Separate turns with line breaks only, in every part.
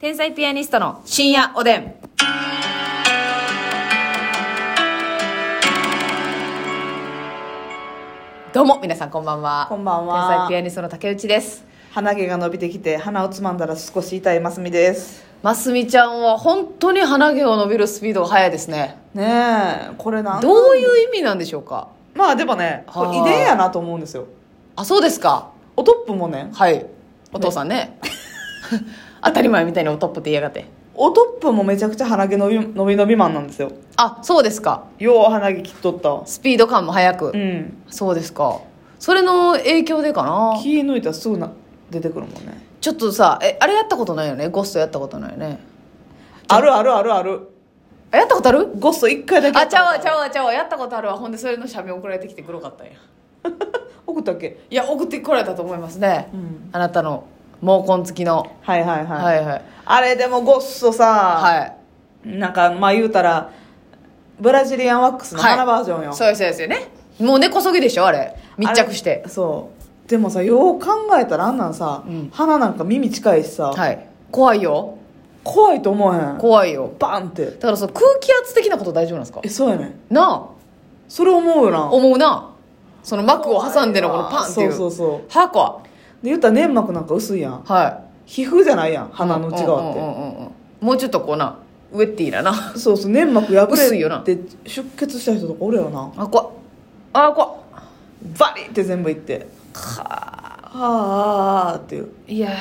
天才ピアニストの深夜おでん。どうも、皆さんこんばんは。
こんばんは
天才ピアニストの竹内です。
鼻毛が伸びてきて鼻をつまんだら少し痛いますみです
ますみちゃんは本当に鼻毛を伸びるスピードが速いですね。
ねえこれなん
どういう意味なんでしょうか
まあでもねこ
は
れ
い
遺伝やなと思うんですよ
あ、そうですか。
おトップもね
はい。お父さんね。 当たり前みたいにおトップって言いやがって。
おトップもめちゃくちゃ鼻毛伸び伸び伸びマンなんですよ
あ、そうですか。
よう鼻毛切っとったわ
スピード感も速く。
うん
そうですか。それの影響でかな。
気抜いたらすぐな出てくるもんね
ちょっとさ、え、あれやったことないよね。ゴストやったことないよね。
あるあるあるある
あ、やったことある
ゴスト1回だけ
あ、ちゃうわ、ちゃう
う
わ、ちゃうわ。やったことあるわ。ほんで、それの写メ送られてきて黒かったんや。
送ったっけ
いや、送ってこられたと思いますね。
うん
あなたの毛根付きの。
はいはいはい、
はいはい。
あれでもゴストさ、
はい。
なんかまあ言うたらブラジリアンワックスの
はい
花バージョンよ、
そうですそうですよね。もう根こそぎでしょ、あれ。密着して
あれ。そうでもさよう考えたらあんなんさ、
うん
鼻なんか耳近いしさ、
はい。怖いよ。
怖いと思わへん
怖いよ。
バンって
だからその空気圧的なこと大丈夫なんですか
えそうやねん
な
それ思うよ
あ
な
思うなその膜を挟んでのこのパンっていう
そうそうそう
歯か
で言ったら粘膜なんか薄いやん
は
皮膚じゃないやん
い
鼻の内側って、
うんうんうんうんもうちょっとこうなウエッティーだな
そうそう粘膜破
薄いよな
れて出血した人とかおるよな
あ怖っあ怖っ
バリって全部いってはああーっていう
いや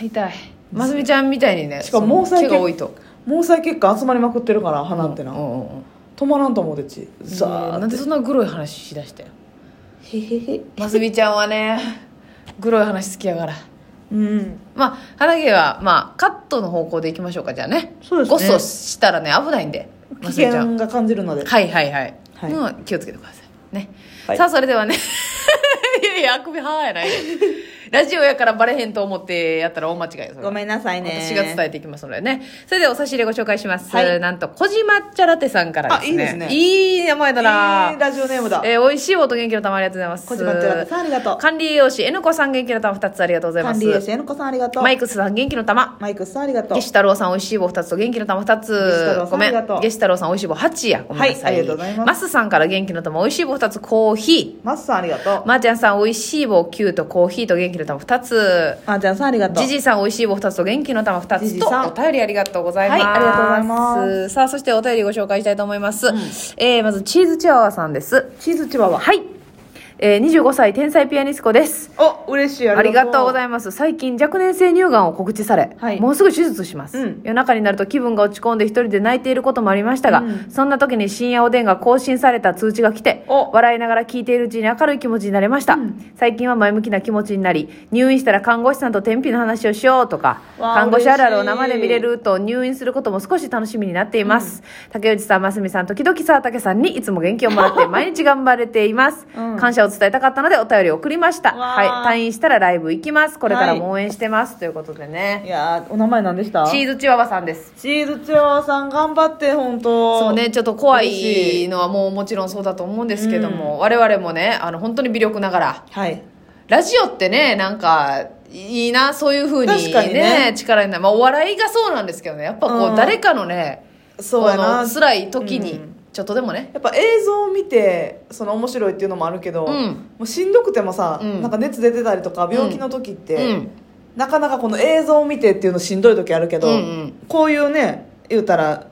ー痛いますみちゃんみたいにね
しかも
その
毛細血
毛が多いと
毛細血管集まりまくってるから鼻ってな、
うんうんうん
止まらんと思うてち
さあ
ザ
なんでそんなグロい話しだ したよ
ーへへへ
ますみちゃんはねグロい話好きやから
うん
まあ鼻毛はまあカットの方向でいきましょうかじゃあね
そうですね
ゴソしたらね危ないんで
危
ますみちゃん
険が感じるので
はいはいはい、
はい
もう気をつけてくださいね、
はい
さあそれではね いやいやあくびはーや ないラジオやからバレへんと思ってやったら大間違いです
ごめんなさいね
私が伝えていきますのでねそれではお差し入れご紹介します、
はい
なんと小島っちゃラテさんからですね
あいいですね
いい名前だな、
えーラジオネームだ、
えー、美味しいおと元気の玉ありがとうございます
小島寺田さんありがとう
管理栄養士 N 子さん元気の玉2つありがとうございま
管理栄
す
生の子さんありがとう
マイクスさん元気の玉
マイクさんありがとう
ゲシュ太郎さん、おいしい棒2つと元気の玉2
シュ太郎
つ。
さん
ごめ
ありがと
ん。
う
ゲシュ太郎さん、おいしい棒8や。ごめんなさい。
はいありがとうございます
マスさんから元気の玉、おいしい棒2つ、コーヒ
マスさんありがとう
ー。まー、ちゃんさん、おいしい棒9とコーヒーと元気の玉2つ。
まーちゃんさんありがとう
ジジさん、おいしい棒2つと元気の玉2
ジ
つ
ジ
と、
さん
お便りありがとうございます。
はいありがとうございます。
さあ、そしてお便りご紹介したいと思います。えー、まず、チーズチワワさんです。
チーズチワワ
はい。えー、25歳、天才ピアニスコです。
お嬉しい
ありがとうござ
い
います最近若年性乳がんを告知され、
はい
もうすぐ手術します、
うん
夜中になると気分が落ち込んで一人で泣いていることもありましたが、
うん
そんな時に深夜おでんが更新された通知が来て
お
笑いながら聞いているうちに明るい気持ちになれました、最近は前向きな気持ちになり入院したら看護師さんと天日の話をしようとか
わあ
看護師あるあるを
嬉しい
生で見れると入院することも少し楽しみになっています、竹内さんますみさん時々沢竹さんにいつも元気をもらって毎日頑張れています、
うん
感謝を伝えたかったのでお便りを送りました
わ
はい
あ
退院したらライブ行きますこれからも応援してます、ということで
い
ね
やーお名前何でした
チーズチワワさんです
チーズチワワさん頑張って本当
そうねちょっと怖
嬉し
い
い
のはもうもちろんそうだと思うんですけども、我々もねあの本当に微力ながら
はい
ラジオってねなんかいいなそういう風にね
確かにね
力になる、まあ、お笑いがそうなんですけどねやっぱこう、
うん
誰かのね
そうや
こ
な
の辛い時に
うん
ちょっとでもね、
やっぱ映像を見てその面白いっていうのもあるけど、
うん
もうしんどくてもさ、
うん
なんか熱出てたりとか病気の時って、
うん
なかなかこの映像を見てっていうのしんどい時あるけど、
うんうん
こういうね言うたらん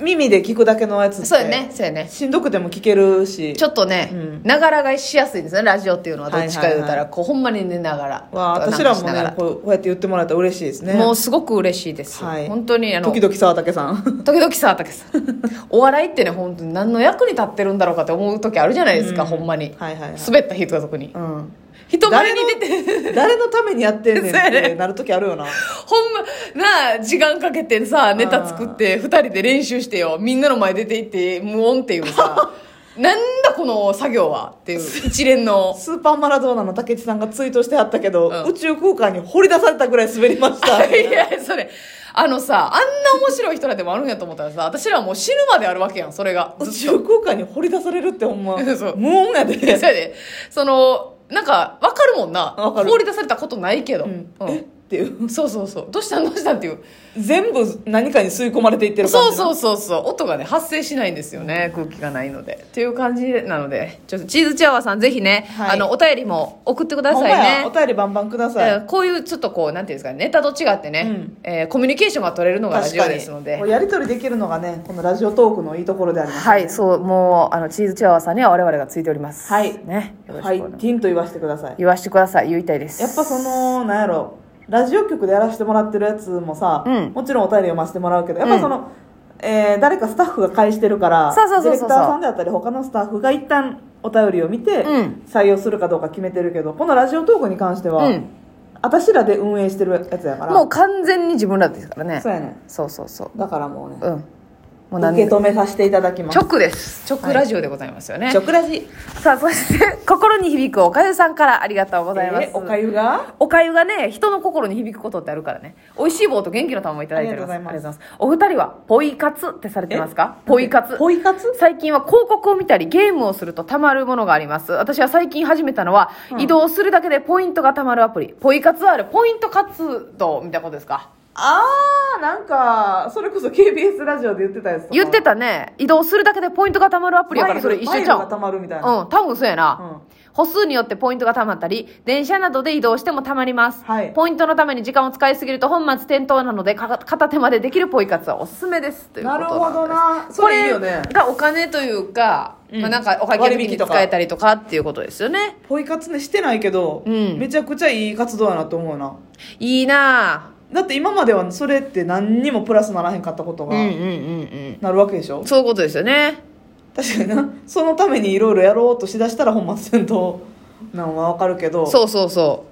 耳で聞くだけのやつって
そうやねそうやね
しんどくても聞けるし
ちょっとね
うん
ながら買いしやすいんですねラジオっていうのはどっちか言うた
はいはい
ら
は
こうほんまに寝ながら
わあ
とか
私ら
な
も
んかしなが
ねこうこうやって言ってもらえたら嬉しいですね
もうすごく嬉しいです、
はい
本当にあの
時々沢竹さん
時々さ竹さん お笑いってね本当に何の役に立ってるんだろうかって思う時あるじゃないですか、
うん
ほんまに、
はいはいはい
滑った日とか特に
うん
人前に出て
誰のためにやってん ねん
そうや
っ
ね
てなる時あるよな
ほんまなあ時間かけてさネタ作って2人で練習してよみんなの前出ていって無音っていう さなんだこの作業はっていう一連 の
スーパーマラドーナの竹内さんがツイートしてはったけど、
うん
宇宙空間に掘り出されたぐらい滑りました
いやそれあのさあんな面白い人らでもあるんやと思ったらさ私らはもう死ぬまであるわけやんそれが
宇宙空間に掘り出されるってほんま
そう
無音や
い やそれ
で
でそのなんかわかるもんな
わかる
放り出されたことないけど、
うん
うん
っていう
そうそうそうどうしたんどうしたんっていう
全部何かに吸い込まれていってる感
そう
じ
そううそうそう音がね発生しないんですよね空気がないのでっていう感じなのでちょっとチーズチャワーさんぜひね、
はい
あのお便りも送ってくだ
ほん
さ
ま
いね
やお便りバンバンくださ
え
い
ーこういうちょっとこうなんていうんですかねネタと違ってね、
うん
えーコミュニケーションが取れるのがラ
確
ジオ
か
ですの
に
で
もうやり取りできるのがねこのラジオトークのいいところでありますね
はいそうもうあのチーズチャワーさんには我々がついております
はい
ねよろしくお
は
願い
い
します
ティンと言わせてください
言わしてください言いたいです
やっぱそのなんやろラジオ局でやらせてもらってるやつもさ、
うん
もちろんお便り読ませてもらうけどやっぱその、えー誰かスタッフが返してるから
そうそうそうそう
ディレクターさんであったり他のスタッフが一旦お便りを見て、
うん
採用するかどうか決めてるけどこのラジオトークに関しては、
うん
私らで運営してるやつやから
もう完全に自分らですからね
そうやね
そうそうそう
だからもうね
うんもう何
受け止めさせていただきます
直です直ラジオでございますよね、
直ラジ
さあそして心に響くおかゆさんからありがとうございます、
えーおかゆが
おかゆがね人の心に響くことってあるからね美味しい棒と元気の玉をいただいております
ありがとうございます
ありがとうございますお二人はポイ活ってされてますかポイ活
ポイ活
最近は広告を見たりゲームをするとたまるものがあります私は最近始めたのは、移動するだけでポイントがたまるアプリポイ活あるポイント活動みたいなことですか
あーなんかそれこそ KBS ラジオで言ってたやつとか
言ってたね移動するだけでポイントがたまるアプリやからそれ一緒じゃ
マイルが溜
ん
まるみたいな、
うん多分そうやな、
う
歩数によってポイントがたまったり電車などで移動してもたまります、
はい
ポイントのために時間を使いすぎると本末転倒なのでかか片手までできるポイ活はおすすめですということ
なるほどな
です
それいいよね
これがお金というか、
うん
まあ、なんかお会計の時
割引
に
とか
使えたりとかっていうことですよね
ポイ活ねしてないけど、
うん
めちゃくちゃいい活動やなと思うない
いな
だって今まではそれって何にもプラスならへんかったこと
ぁう
が
んうんうん
なるわけでしょ、
うんそういうことですよね
確かになそのためにいろいろやろうとしだしたら本末転倒なんはわかるけど
そうそうそ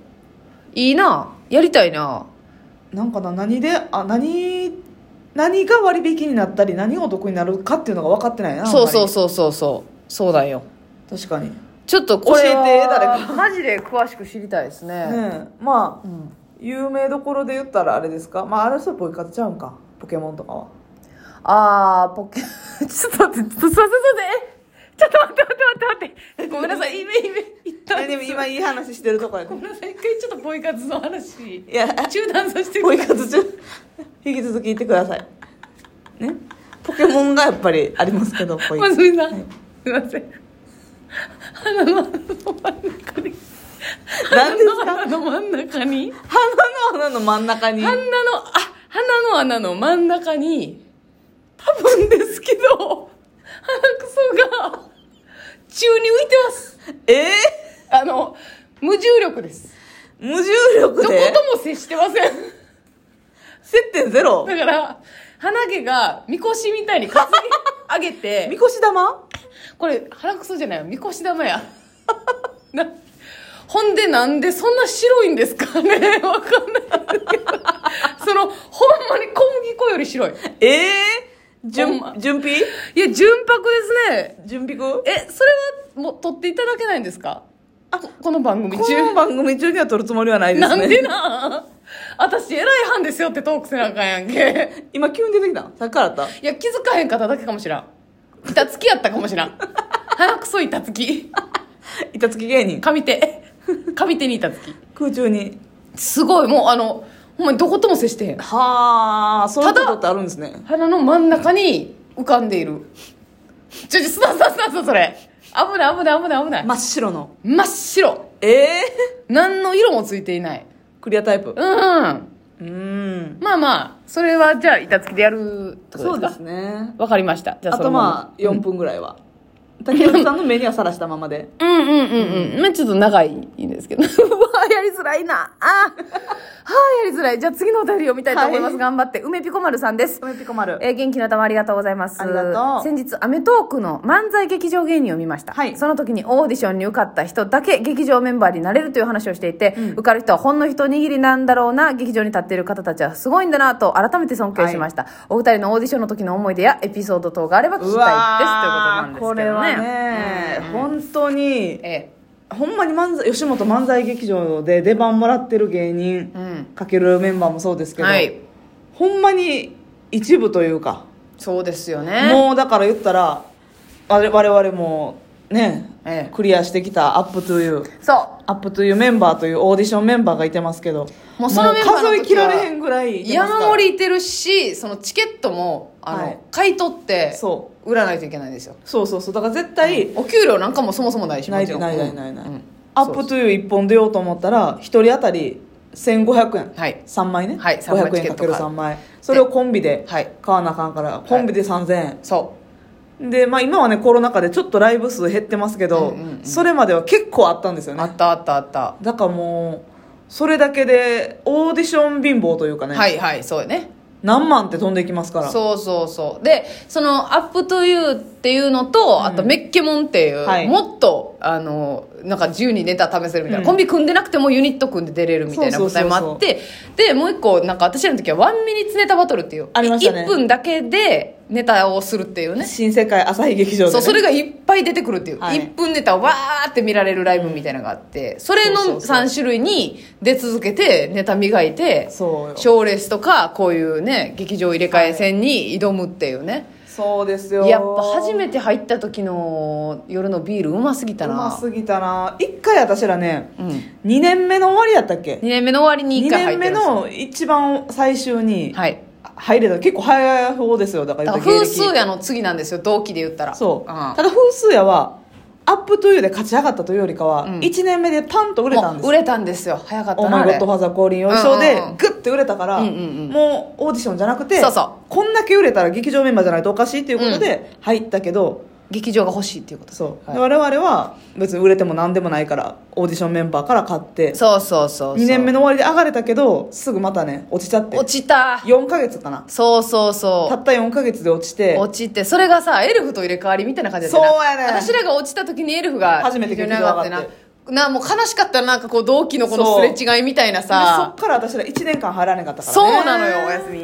ういいなぁやりたいなぁ
なんかな何であ何何が割引になったり何がお得になるかっていうのが分かってないなあんま
そ
り
うそうそうそうそうそうだよ
確かにね
ちょっとこれは
教えて誰か
マジで詳しく知りたいですね
えまあ
うん、
有名どころで言ったらあれですかまああれはそうポイ活ちゃうんかポケモンとかは
あーポケ ちょっと待ってちょっと待ってちょっと待ってちょっと待って待って待って待ってごめんなさい今今言った
えでも今いい話してるとこやね
ごめんなさい一回ちょっとポイ活の話
いや
中断させて
ポ
く
イ
ださい
活中引き続き言ってくださいねポケモンがやっぱりありますけ どポイ
まずみんな、すいません鼻の真ん中に鼻の真ん中に
何ですか鼻の穴の真ん中に
鼻のあ鼻の穴の真ん中に多分ですけど鼻くそが宙に浮いてます
ええ
あの無重力です
無重力
どこ
で
とも接してません
接点ゼロ
だから鼻毛がみこしみたいに担ぎ上げて
みこし玉
これ腹くそじゃないわみこし玉や なほんでなんでそんな白いんですか ねわかんないですけどそのほんまに小麦粉より白い
ええー、じゅ
ほんま
ん純ぴ
いや純白ですね
純ぴく
えそれはもう撮っていただけないんですかあこの番組
こ
中
の番組中には撮るつもりはないです
な
ね
んでな私偉い班ですよってトークせなあかんやんけ
今急に出てきたさっきからあった
いや気づかへんかっただけかもしらん板つきやったかもしらん鼻くそ板つき
板付き芸人
上手上手に板つき
空中に
すごいもうあのほんまにどことも接してへん
はあそういうことってあるんですね
鼻の真ん中に浮かんでいるちょちょすなすなすなすなそれ危ない危ない危ない危ない
真っ白の
真っ白
ええ
何の色もついていない
ー、クリアタイプ
うんま
うーん
あまあそれはじゃあ板付きでやるってこと
そう
で
です
か
すね
わかりましたじゃあ
あ
そ
と
の
まあ4分ぐらいは、竹内さんの目にはさらしたままで
あうんうんうんうんまあちょっと長いんですけど うわやりづらいなあはあやりづらいじゃあ次のお便り読みたいと思います、
はい
頑張って梅ピコ丸さんです
梅ピコ丸
えー元気の玉ありがとうございます。
ありがとう
先日、アメトークの漫才劇場芸人を見ました。
はい
その時にオーディションに受かった人だけ劇場メンバーになれるという話をしていて、受かる人はほんの一握りなんだろうな、劇場に立っている方たちはすごいんだなと改めて尊敬しました。お二人のオーディションの時の思い出やエピソード等があれば聞きたいです。ということなんですけどね。
これはね、
うん
本当に
え
ほんまに漫才吉本漫才劇場で出番もらってる芸人、
うん
かけるメンバーもそうです
え
けど、
はい。
ほんまに一部というか、
そうですよね。
もうだから言ったらあれ我々もね、
ええ
クリアしてきたアップトゥーユー
そ
アップトゥーユーメンバーというオーディションメンバーがいてますけど
もうそのメンバーの時は
数え切られへんぐらいういてますから
山盛りいてるしそのチケットもあの、
はい
買い取って
そ
売らないといけないんですよ
うそうそうそうだから絶対、
お給料なんかもそもそもないし
ない
もちろん
ないないないない、
うん
アップトゥーユー1本出ようと思ったら1人当たり1500円、
はい
3枚ね、
はい3枚
500
チケ
円
ッ
か
ト
ける
買う
3枚それをコンビで
はい
買わなあかんからコンビで3000円、
そ
で、まあ、今はねコロナ禍でちょっとライブ数減ってますけど、
うんうんうん
それまでは結構あったんですよ
う、
ね
あったあったあった、
だからもうそれだけでオーディション貧乏というかね、
はいはいそうやね
何万って飛んでいきますから
そうそうそうでその「アップトゥユーっていうのと、あと「メッケモン」っていう、
はい
もっとあのなんか自由にネタ試せるみたいな、
うん
コンビ組んでなくてもユニット組んで出れるみたいな
そ
舞
うそうそう
台
そう
もあってでもう一個なんか私らの時はワンミニッツネタバトルっていう
ありましたね
1分だけでネタをするっていうね
新世界朝日劇場で、ね、
そうそれがいっぱい出てくるっていう、
はい
1分ネタをわーって見られるライブみたいなのがあってそれ
そうそ
の
うそう
3種類に出続けてネタ磨いて
そうよ
賞レースとかこういうね劇場入れ替え戦に挑むっていうね、
そうですよ
やっぱ初め
て
て入った時の夜のビールうますぎた
う
な
ますぎたな一回私らね
うん、2
2年目の終わりやったっけ
年目の終わりに
2
1回入って
年目
るんですよ
の一番最終に
はい
入れた結構早い方ですよだか
だか
ら
ら
言うたら
風
芸歴
数やの次なんですよ同期で言ったら
そう、
ん
ただ風数やはアップトゥーユーで勝ち上がったというよりかは、
うん
1年目でパンと売れたんです
もう売れたんですよ早かった
オー
なあ
マイ・ゴ
れ
ッドファーザー降臨よいしょ
う
で
んうんうん
グッて売れたから、
うんうんうん
もうオーディションじゃなくて
そうそう
こんだけ売れたら劇場メンバーじゃないとおかしいっていうことで入ったけど、
劇場が欲しいっていうこと
そう、
はい
で我々は別に売れても何でもないからオーディションメンバーから買って
そうそうそうそう
2年目の終わりで上がれたけどすぐまたね落ちちゃって
落ちた
4ヶ月かな
そうそうそ
た
う
った4ヶ月で落ちて
落ちてそれがさエルフと入れ替わりみたいな感じだったな
そうやね
私らが落ちた時にエルフが
初めて劇場上がって
ななもう悲しかったらなんかこう同期のこの
そ
す
う
れ違いみたいな
でそっ
さ
から私ら1年間入らなかったからね
そうなのよおやすみ